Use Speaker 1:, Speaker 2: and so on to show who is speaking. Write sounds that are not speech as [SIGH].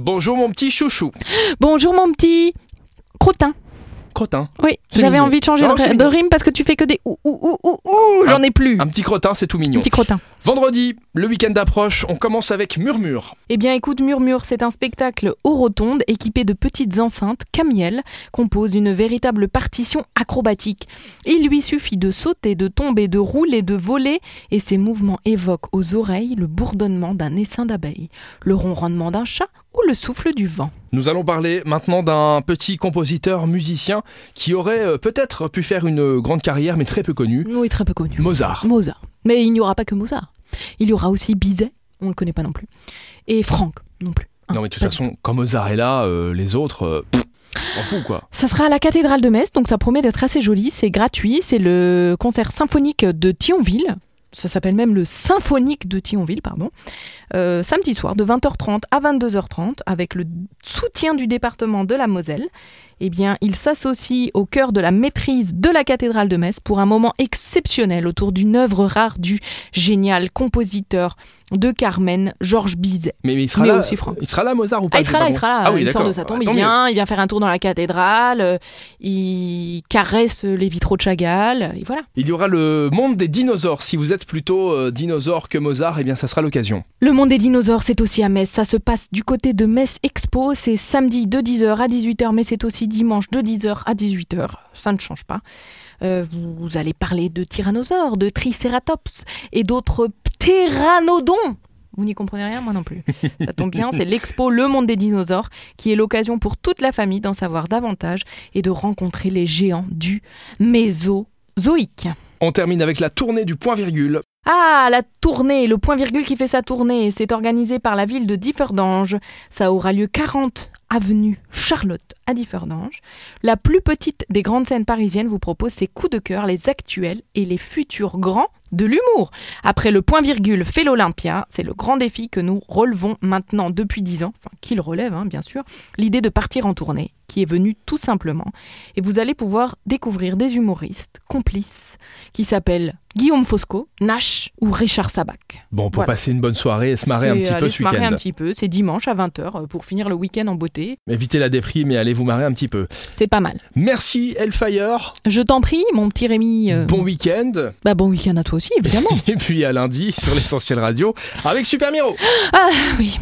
Speaker 1: Bonjour mon petit chouchou.
Speaker 2: Bonjour mon petit crottin.
Speaker 1: Crottin.
Speaker 2: Oui,
Speaker 1: C'est
Speaker 2: j'avais
Speaker 1: mignon.
Speaker 2: envie de changer
Speaker 1: Non,
Speaker 2: de-
Speaker 1: c'est
Speaker 2: de,
Speaker 1: mignon.
Speaker 2: rime parce que tu fais que des ou ou ou ou ou, j'en ai plus.
Speaker 1: Un petit crottin, c'est tout mignon.
Speaker 2: Petit crottin.
Speaker 1: Vendredi, le week-end approche, on commence avec Murmure.
Speaker 2: Eh bien écoute Murmure, c'est un spectacle aux rotondes équipé de petites enceintes. Camiel compose une véritable partition acrobatique. Il lui suffit de sauter, de tomber, de rouler, de voler et ses mouvements évoquent aux oreilles le bourdonnement d'un essaim d'abeilles, le ronronnement d'un chat ou le souffle du vent.
Speaker 1: Nous allons parler maintenant d'un petit compositeur musicien qui aurait euh, peut-être pu faire une euh, grande carrière mais très peu connu,
Speaker 2: Oui, très peu connu.
Speaker 1: Mozart.
Speaker 2: Mozart. Mais il n'y aura pas que Mozart. Il y aura aussi Bizet, on ne le connaît pas non plus. Et Franck, non plus. Hein,
Speaker 1: Non mais de toute
Speaker 2: pas
Speaker 1: façon, quand Mozart est là, euh, les autres, euh, pff, on fout quoi.
Speaker 2: Ça sera à la cathédrale de Metz, donc ça promet d'être assez joli. C'est gratuit. C'est le concert symphonique de Thionville. Ça s'appelle même le symphonique de Thionville, pardon. Euh, samedi soir, de 20h30 à 22h30, avec le soutien du département de la Moselle. Eh bien, il s'associe au cœur de la maîtrise de la cathédrale de Metz pour un moment exceptionnel autour d'une œuvre rare du génial compositeur de Carmen, Georges Bizet.
Speaker 1: Mais, mais il sera
Speaker 2: Mais
Speaker 1: là.
Speaker 2: aussi Franck.
Speaker 1: Il sera là Mozart ou pas
Speaker 2: Ah, il sera
Speaker 1: c'est
Speaker 2: là,
Speaker 1: pas
Speaker 2: il
Speaker 1: bon.
Speaker 2: sera là.
Speaker 1: Ah oui,
Speaker 2: il sort
Speaker 1: d'accord.
Speaker 2: de sa tombe,
Speaker 1: Ah,
Speaker 2: il
Speaker 1: tant
Speaker 2: vient, il vient faire un tour dans la cathédrale, euh, il caresse les vitraux de Chagall, et voilà.
Speaker 1: Il y aura le monde des dinosaures. Si vous êtes plutôt euh, dinosaure que Mozart, eh bien ça sera l'occasion.
Speaker 2: Le monde des dinosaures, c'est aussi à Metz. Ça se passe du côté de Metz Expo. C'est samedi de 10h à 18h, mais c'est aussi dimanche de 10h à 18h. Ça ne change pas. Euh, vous allez parler de tyrannosaures, de tricératops et d'autres pteranodons. Vous n'y comprenez rien, moi non plus. Ça tombe bien, c'est l'expo Le Monde des Dinosaures qui est l'occasion pour toute la famille d'en savoir davantage et de rencontrer les géants du Mésozoïque.
Speaker 1: On termine avec la tournée du point virgule.
Speaker 2: Ah, la tournée, le point virgule qui fait sa tournée, c'est organisé par la ville de Differdange. Ça aura lieu 40 avenue Charlotte à Differdange. La plus petite des grandes scènes parisiennes vous propose ses coups de cœur, les actuels et les futurs grands de l'humour. Après le point virgule fait l'Olympia, c'est le grand défi que nous relevons maintenant depuis 10 ans, enfin qu'il relève hein, bien sûr, l'idée de partir en tournée qui est venue tout simplement. Et vous allez pouvoir découvrir des humoristes complices qui s'appellent Guillaume Fosco, Nash ou Richard Sabac.
Speaker 1: Bon, pour
Speaker 2: Voilà.
Speaker 1: passer une bonne soirée et se marrer un
Speaker 2: C'est-
Speaker 1: petit peu
Speaker 2: allez
Speaker 1: ce
Speaker 2: se marrer
Speaker 1: week-end.
Speaker 2: un petit peu, c'est dimanche à 20h pour finir le week-end en beauté.
Speaker 1: Évitez la déprime et allez vous marrer un petit peu.
Speaker 2: C'est pas mal.
Speaker 1: Merci Hellfire,
Speaker 2: Je t'en prie, mon petit Rémi. euh,
Speaker 1: bon week-end,
Speaker 2: bah,
Speaker 1: [LAUGHS]
Speaker 2: bon week-end à toi aussi, évidemment.
Speaker 1: et puis à lundi sur l'essentiel radio avec Super Miro.
Speaker 2: ah oui.